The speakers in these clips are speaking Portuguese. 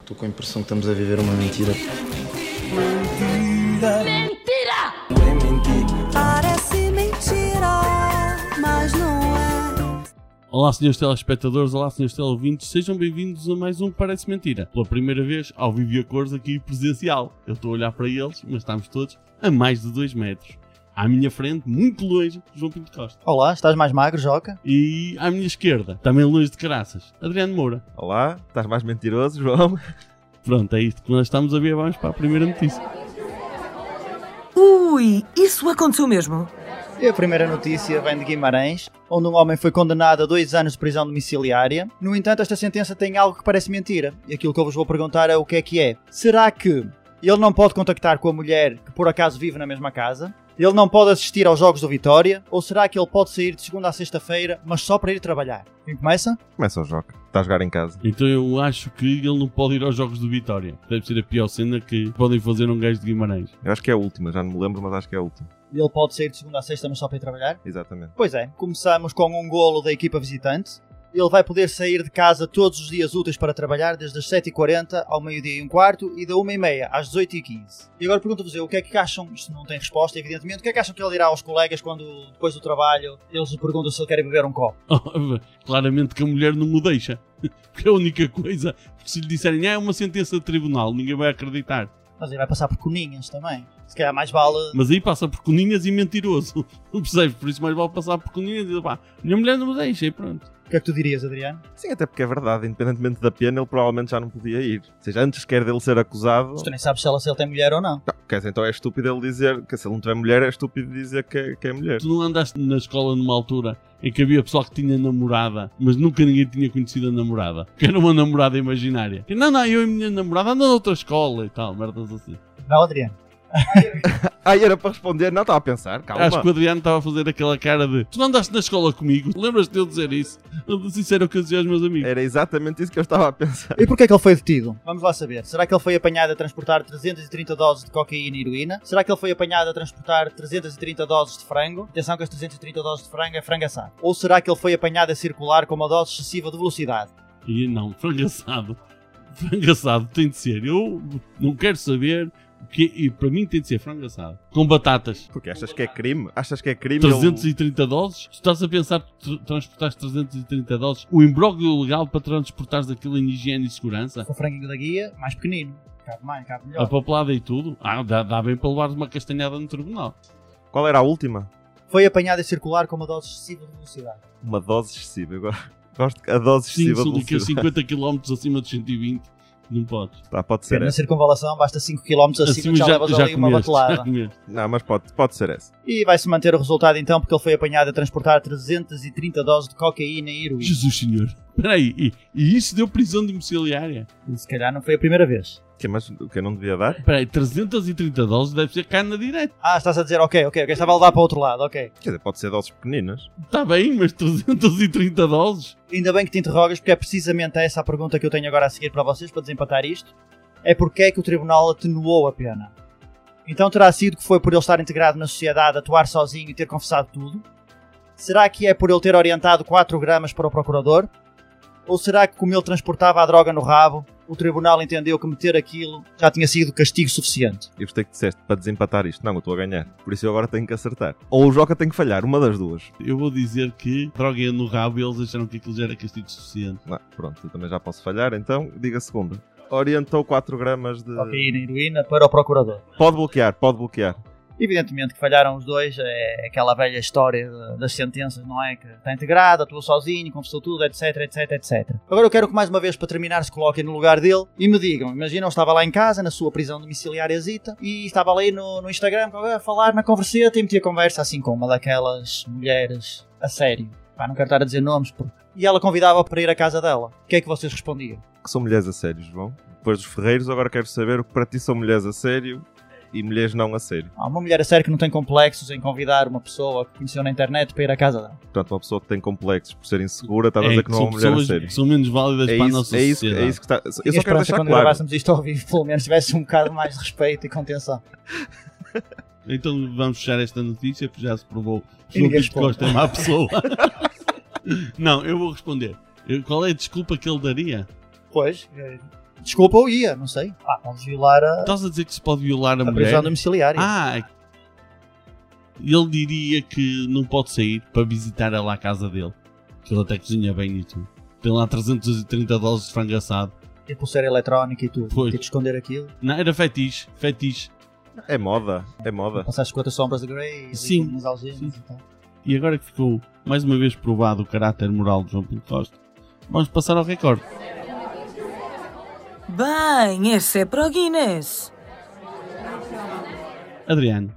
Estou com a impressão que estamos a viver uma mentira. Mentira! Parece mentira, mas não é. Olá, senhores telespectadores, olá, senhores teleouvintes, sejam bem-vindos a mais um Parece Mentira. Pela primeira vez, ao vivo e a cores aqui presencial. Eu estou a olhar para eles, mas estamos todos a mais de 2 metros. À minha frente, muito longe, João Pinto Costa. Olá, estás mais magro, Joca? E à minha esquerda, também longe de caraças, Adriano Moura. Olá, estás mais mentiroso, João? Pronto, é isto que nós estamos a ver, vamos para a primeira notícia. Ui, isso aconteceu mesmo? E a primeira notícia vem de Guimarães, onde um homem foi condenado a dois anos de prisão domiciliária. No entanto, esta sentença tem algo que parece mentira. E aquilo que eu vos vou perguntar é o que é que é. Será que ele não pode contactar com a mulher que por acaso vive na mesma casa? Ele não pode assistir aos jogos do Vitória? Ou será que ele pode sair de segunda a sexta-feira, mas só para ir trabalhar? Quem começa? Começa o jogo. Está a jogar em casa. Então eu acho que ele não pode ir aos Jogos do Vitória. Deve ser a pior cena que podem fazer um gajo de Guimarães. Eu acho que é a última, já não me lembro, mas acho que é a última. Ele pode sair de segunda a sexta, mas só para ir trabalhar? Exatamente. Pois é, começamos com um golo da equipa visitante. Ele vai poder sair de casa todos os dias úteis para trabalhar, desde as 7h40 ao meio-dia e um quarto e da 1h30 às 18h15. E agora pergunto-vos eu, o que é que acham, isto não tem resposta, evidentemente, o que é que acham que ele dirá aos colegas quando, depois do trabalho, eles lhe perguntam se ele quer ir beber um copo? Claramente que a mulher não o deixa. Porque é a única coisa, porque se lhe disserem "Ah, é uma sentença de tribunal, ninguém vai acreditar. Mas ele vai passar por coninhas também. Se calhar mais vale... Mas aí passa por coninhas e mentiroso. Não percebes? Por isso mais vale passar por coninhas e dizer, pá, minha mulher não me deixa e pronto. O que é que tu dirias, Adriano? Sim, até porque é verdade, independentemente da pena, ele provavelmente já não podia ir. Ou seja, antes quer dele ser acusado. Mas tu nem sabes se ela, se ele tem mulher ou não. Não, quer dizer, então é estúpido ele dizer que se ele não tiver mulher, é estúpido dizer que é, que é mulher. Tu não andaste na escola numa altura em que havia pessoal que tinha namorada, mas nunca ninguém tinha conhecido a namorada. Que era uma namorada imaginária. E, não, não, eu e a minha namorada andam noutra escola e tal, merdas assim. Não, Adriano? Ah, e era para responder, não estava a pensar, calma. Acho que o Adriano estava a fazer aquela cara de Tu não andaste na escola comigo? Lembras-te de eu dizer isso? Eu disse isso era o que eu dizia aos meus amigos. Era exatamente isso que eu estava a pensar. E porquê é que ele foi detido? Vamos lá saber. Será que ele foi apanhado a transportar 330 doses de cocaína e heroína? Será que ele foi apanhado a transportar 330 doses de frango? Atenção que as 330 doses de frango é frango assado. Ou será que ele foi apanhado a circular com uma dose excessiva de velocidade? E não, frango assado. Frango assado tem de ser. Eu não quero saber. o Que, é, e para mim tem de ser frango assado. Com batatas. Porque achas que é crime? Achas que é crime? ele- 330 doses? Tu estás a pensar que tu transportaste 330 doses? O imbróglio legal para transportares aquilo em higiene e segurança? Com o franguinho da guia, mais pequenino. Cabe mais, cabe melhor. A papelada e tudo? Ah, dá, dá bem para levares uma castanhada no tribunal. Qual era a última? Foi apanhado a circular com uma dose excessiva de velocidade. Uma dose excessiva. Agora, gosto que a dose Sim, excessiva são de do que velocidade. 50 km acima dos 120. Não podes. Tá, pode ser Na essa. circunvalação basta 5 km acima, já, levas ali uma já batelada. comeste. Não, mas pode, pode ser essa. E vai-se manter o resultado então, porque ele foi apanhado a transportar 330 doses de cocaína e heroína. Jesus Senhor. Espera aí, e, e isso deu prisão domiciliária? Se calhar não foi a primeira vez. Que, mas o que eu não devia dar? Espera aí, 330 doses deve ser cana direita. Ah, estás a dizer, ok, ok, ok, estava a levar para o outro lado, ok. Quer dizer, pode ser doses pequeninas. Está Tá bem, mas 330 doses? Ainda bem que te interrogas, porque é precisamente essa a pergunta que eu tenho agora a seguir para vocês, para desempatar isto. É porque é que o tribunal atenuou a pena? Então terá sido que foi por ele estar integrado na sociedade, atuar sozinho e ter confessado tudo? Será que é por ele ter orientado 4 gramas para o procurador? Ou será que, como ele transportava a droga no rabo, o tribunal entendeu que meter aquilo já tinha sido castigo suficiente? Eu gostei que disseste para desempatar isto. Não, eu estou a ganhar. Por isso eu agora tenho que acertar. Ou o Joca tem que falhar, uma das duas. Eu vou dizer que droguei no rabo e eles acharam que aquilo já era castigo suficiente. Não, Ah, pronto, eu também já posso falhar, então diga a segunda. Orientou 4 gramas de. Cocaína e heroína para o procurador. Pode bloquear, pode bloquear. Evidentemente que falharam os dois, é aquela velha história de- das sentenças, não é? Que está integrado, atuou sozinho, confessou tudo, etc, etc, etc. Agora eu quero que mais uma vez, para terminar, se coloquem no lugar dele e me digam, imagina, eu estava lá em casa, na sua prisão domiciliária zita, e estava ali no, no Instagram a falar na converseta e metia conversa assim com uma daquelas mulheres a sério. Pá, não quero estar a dizer nomes, porque... E ela convidava para ir à casa dela. O que é que vocês respondiam? Que são mulheres a sério, João. Depois dos Ferreiros, agora quero saber o que para ti são mulheres a sério e mulheres não a sério. Há uma mulher a sério que não tem complexos em convidar uma pessoa que conheceu na internet para ir à casa dela. Portanto, uma pessoa que tem complexos por ser insegura, está a É, dizer que não é são uma mulher a pessoas sério. que são menos válidas É para a isso, nossa é isso, sociedade. é isso que está. Eu Tinha só quero esperança deixar quando claro. gravássemos isto ao vivo, pelo menos tivesse um bocado mais de respeito e contenção. Então vamos fechar esta notícia, porque já se provou que E o ninguém Bispo Costa é má pessoa. não, eu vou responder. Eu- Qual é a desculpa que ele daria? Pois, eh, Desculpa, eu ia, não sei. Ah, vamos violar a, Estás a dizer que se pode violar a, a Então, mulher? prisão domiciliária. Ah, ele diria que não pode sair para visitar ela à casa dele. Que ele até cozinha bem e tudo. Tem lá 330 doses de frango assado. E pulseira eletrónica e tudo. Pois. Ter de esconder aquilo. Não, era fetiche, fetiche. É moda, é moda. Passaste 50 sombras de Grey. Sim. Nas algemas então. e tal. E agora que ficou mais uma vez provado o caráter moral de João Pinto Costa, vamos passar ao recorde. Bem, esse é para o Guinness. Adriano,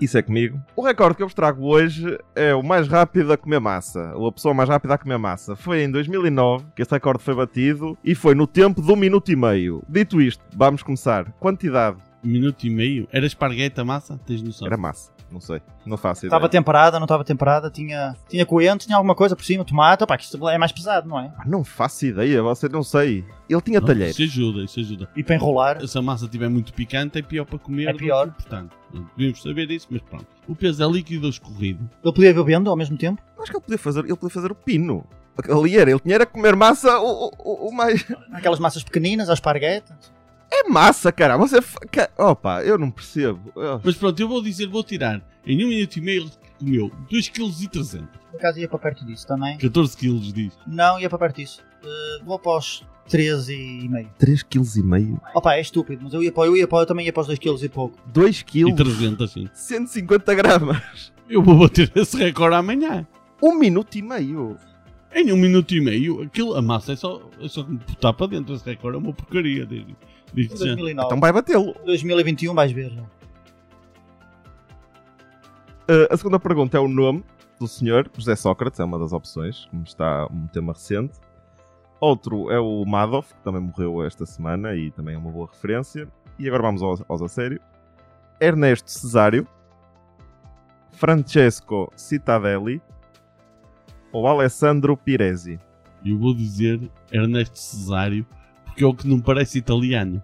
Isso é comigo. O recorde que eu vos trago hoje é o mais rápido a comer massa. Ou a pessoa mais rápida a comer massa. Foi em 2009 que este recorde foi batido e foi no tempo de um minuto e meio. Dito isto, vamos começar. Quantidade? minuto e meio. Era esparguete a massa? Tens noção? Era massa. Não sei. Não faço ideia. Estava temperada, não estava temperada, tinha, tinha coentro, tinha alguma coisa por cima, tomate, opá, que isto é mais pesado, não é? Ah, Não faço ideia, você não sei. Ele tinha Não, talheres. Isso ajuda, isso ajuda. E para enrolar, Se a massa estiver muito picante, é pior para comer. É do pior. que- portanto, não devíamos saber isso, mas pronto. O peso é líquido ou escorrido? ele podia ir bebendo ao mesmo tempo. Acho que ele podia fazer, ele podia fazer o pino. Ali era, ele tinha era comer massa o, o- o, o mais. Aquelas massas pequeninas, à espargueta. É massa, cara. Você. fa- ca- Opa, eu não percebo. Ah, Eu- Mas pronto, eu vou dizer, vou tirar. Em um minuto e meio ele comeu 2,3 kg. Por acaso ia para perto disso também. 14 kg diz. Não, ia para perto disso. Eh, vou para os 13,5. 3,5 kg. Opa, é estúpido, mas eu ia para, eu ia para, eu também ia para os 2 kg e pouco. 2 E kg. 300, sim. 150 gramas. Eu vou bater esse recorde amanhã. 1 minuto e meio. Em um minuto e meio, aquilo, a massa é só, é só botar para dentro. Esse recorde é uma porcaria. digo- digo-te já. 2009. Então vai batê-lo. 2021 vais ver. já. Uh, a segunda pergunta é o nome do senhor. José Sócrates é uma das opções, como está um tema recente. Outro é o Madoff, que também morreu esta semana e também é uma boa referência. E agora vamos aos, aos a sério. Ernesto Cesário. Francesco Citadelli. Ou Alessandro Piresi. Eu vou dizer Ernesto Cesário, porque é o que não parece italiano.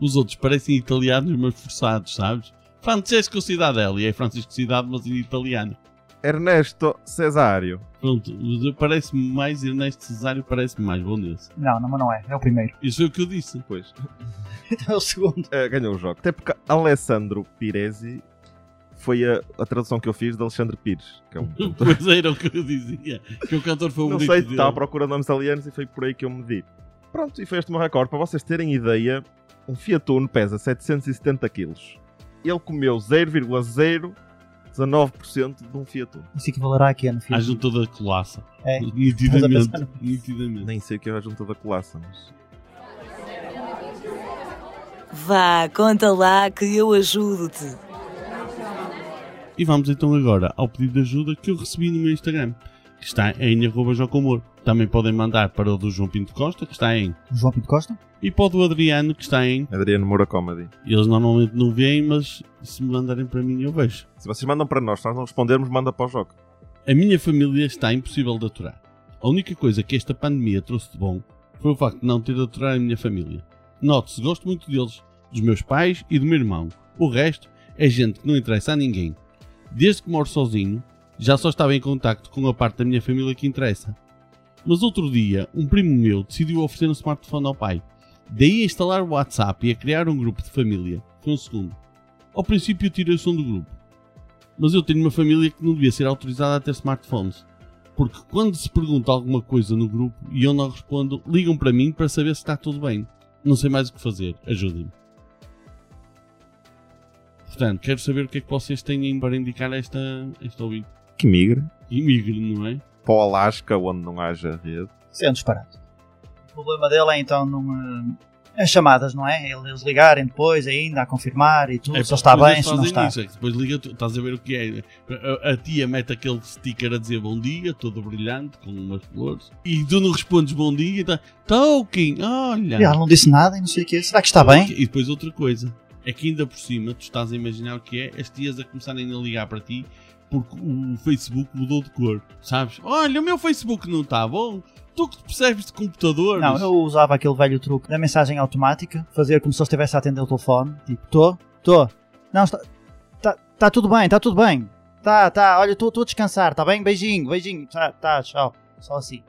Os outros parecem italianos, mas forçados, sabes? Francesco Cidadelli. É Francisco Cidade, mas em italiano. Ernesto Cesário. Pronto, mas parece-me mais, Ernesto Cesário parece-me mais. Bom nesse. Não, não, mas não é. É o primeiro. Isso foi o que eu disse. Pois. Então é o segundo. Uh, ganhou o jogo. Até porque Alessandro Piresi foi a, a tradução que eu fiz de Alexandre Pires, que é um Então. Pois era o que eu dizia. Que o cantor foi o Não bonito sei, tá, dele. estava à procura de nomes italianos e foi por aí que eu medi. Pronto, e foi este o meu recorde. Para vocês terem ideia, um Fiat Uno pesa 770 kg. Ele comeu 0,019% de um Fiat Uno. Isso equivalerá a quê, no fim? À junta da colaça. É. Nitidamente. Estás a pensar Nitidamente. Nem sei o que era a junta da colaça, mas... Vá, conta lá que eu ajudo-te. E vamos então agora ao pedido de ajuda que eu recebi no meu Instagram, que está em arroba jocomor. Também podem mandar para o do João Pinto Costa, que está em, João Pinto Costa? e para o do Adriano, que está em. Adriano Moura Comedy. Eles normalmente não veem, mas se me mandarem para mim eu vejo. Se vocês mandam para nós, se nós não respondermos, manda para o jogo. A minha família está impossível de aturar. A única coisa que esta pandemia trouxe de bom foi o facto de não ter de aturar a minha família. Note-se, gosto muito deles, dos meus pais e do meu irmão. O resto é gente que não interessa a ninguém. Desde que moro sozinho, já só estava em contacto com a parte da minha família que interessa. Mas outro dia, um primo meu decidiu oferecer um smartphone ao pai. Daí a instalar o WhatsApp e a criar um grupo de família. Foi um segundo. Ao princípio, eu tirei o som do grupo mas eu tenho uma família que não devia ser autorizada a ter smartphones. Porque quando se pergunta alguma coisa no grupo e eu não respondo, ligam para mim para saber se está tudo bem. Não sei mais o que fazer, ajudem-me. Portanto, quero saber o que é que vocês têm para indicar a esta, a esta ouvinte. Que migra. Imigre, não é? Para o Alasca, onde não haja rede. Isso é um disparate. O problema dele é então não, eh, as chamadas, não é? Eles ligarem depois ainda a confirmar e tudo, é se ele está porque bem, eles se não fazem está. isso, é que depois liga, tu, estás a ver o que é. A, a tia mete aquele sticker a dizer bom dia, todo brilhante, com umas flores, e tu não respondes bom dia, e tá, Tolkien, olha. E Ela não disse nada e não sei o quê. Será que está Tá bem? E depois outra coisa, é que ainda por cima tu estás a imaginar o que é as tias a começarem a ligar para ti porque o Facebook mudou de cor, sabes? Olha, o meu Facebook não está bom, tu que percebes de computadores. Não, eu usava aquele velho truque da mensagem automática, fazer como se eu estivesse a atender o telefone, tipo, tô, tô, não, está, tá, tá tudo bem, tá tudo bem, tá, tá, olha, estou a descansar, tá bem, beijinho, beijinho, tá, tá, tchau, só assim.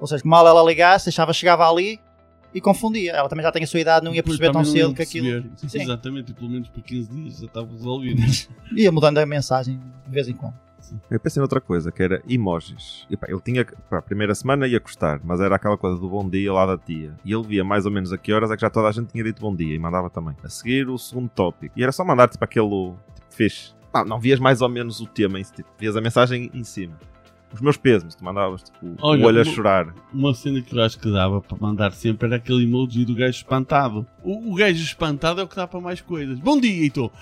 Ou seja, que mal ela ligasse, deixava, chegava ali, e confundia. Ela também já tem a sua idade, não ia perceber tão Também não cedo ia que aquilo. perceber. Sim. Exatamente, e pelo menos por 15 dias já estava resolvido. Ia mudando a mensagem de vez em quando. Eu pensei noutra coisa, que era emojis. E, pá, ele tinha. que- Pá, a primeira semana ia custar, mas era aquela coisa do bom dia lá da tia. E ele via mais ou menos a que horas é que já toda a gente tinha dito bom dia e mandava também. A seguir, o segundo tópico. E era só mandar tipo aquele. Tipo, fixe. Não, não vias mais ou menos o tema em si, tipo, vias a mensagem em cima. Os meus pesos, tu mandavas tipo Olha, o olho a o- chorar. Uma cena que eu acho que dava para mandar sempre era aquele emoji do gajo espantado. O, o gajo espantado é o que dá para mais coisas. Bom dia, Heitor.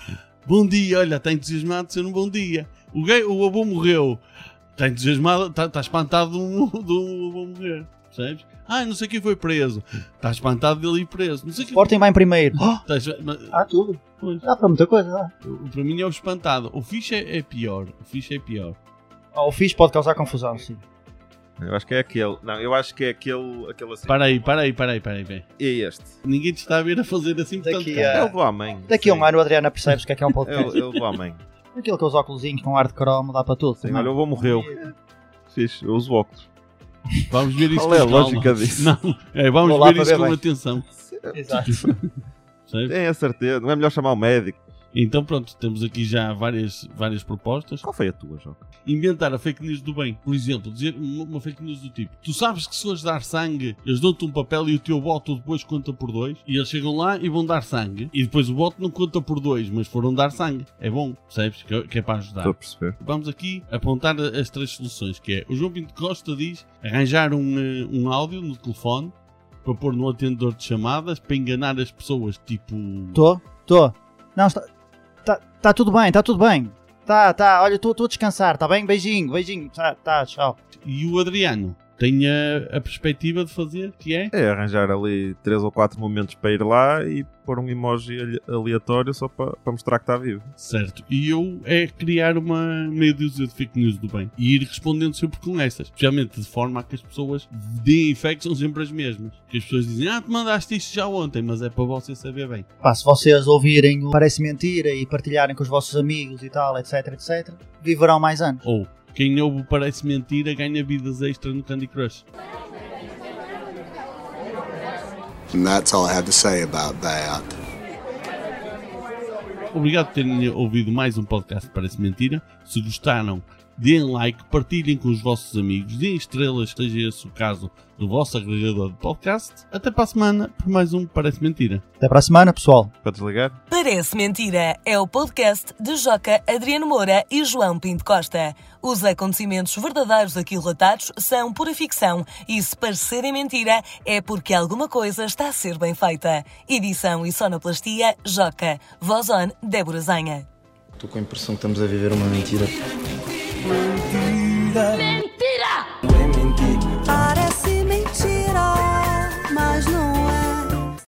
Bom dia, olha, está entusiasmado de ser um bom dia. O, gajo, o avô morreu. Está entusiasmado, está, está espantado de um, de um avô morrer. Percebes? Ah, não sei quem foi preso. Está espantado dele ir preso. Não sei quem. Sporting vai em primeiro. Tá, já- mas- Há tudo. pois, Dá para muita coisa. dá. o- para mim é o espantado. O fixe é, é pior. O fixe é pior. Ah, O fixe pode causar confusão, sim. Eu acho que é aquele. Não, eu acho que é aquele. aquele assim. Para aí, para aí, para aí, para aí. Bem. E é este. Ninguém te está a ver a fazer assim, portanto. Daqui cara. É a- o do amém. Daqui a Sim. um ano a Adriana percebes o que é que é um É o, podcast. é o do amém. Aquilo com os óculos com ar de cromo dá para tudo. Sim, também. olha, o avô morreu. Fixe, eu uso óculos. Vamos ver isso Qual é a com calma. lógica disso? Não, é, vamos Vou lá ver para isso ver com bem. atenção. Exato. percebes? Tenho a certeza. Não é melhor chamar o médico. Então pronto, temos aqui já várias, várias propostas. Qual foi a tua, Joca? Inventar a fake news do bem. Por exemplo, dizer uma uma fake news do tipo: Tu sabes que se fores dar sangue, eles dão-te um papel e o teu voto depois conta por dois. E eles chegam lá e vão dar sangue. E depois o voto não conta por dois, mas foram dar sangue. É bom, percebes? Que é- que é para ajudar. Estou a perceber. Vamos aqui apontar as três soluções, que é o João Pinto Costa diz arranjar um, eh, um áudio no telefone para pôr no atendedor de chamadas para enganar as pessoas, tipo Tô, tô. Não, está. Tá, tá tudo bem, tá tudo bem. Tá, tá, olha, estou a descansar, tá bem? Beijinho, beijinho. Tá, tá, tchau. e o Adriano tem a, a perspectiva de fazer que é É arranjar ali três ou quatro momentos para ir lá e pôr um emoji ale- aleatório só para, para mostrar que está vivo. certo e eu é criar uma meia dúzia de fake news do bem e ir respondendo sempre com essas, especialmente de forma a que as pessoas deem fé que são sempre as mesmas, que as pessoas dizem ah tu mandaste isto já ontem, mas é para você saber bem. Pá, se vocês ouvirem o Parece Mentira e partilharem com os vossos amigos e tal, etc, etc, viverão mais anos. Ou quem ouve parece mentira ganha vidas extra no Candy Crush. And that's all I have to say about that. Obrigado por terem ouvido mais um podcast Parece Mentira. Se gostaram, deem like, partilhem com os vossos amigos, deem estrelas, seja esse o caso do vosso agregador de podcast. Até para a semana por mais um Parece Mentira. Até para a semana, pessoal. Para desligar? Parece mentira. É o podcast de Joca, Adriano Moura e João Pinto Costa. Os acontecimentos verdadeiros aqui relatados são pura ficção e se parecerem mentira é porque alguma coisa está a ser bem feita. Edição e sonoplastia Joca. Voz on Débora Zanha. Estou com a impressão que estamos a viver uma mentira.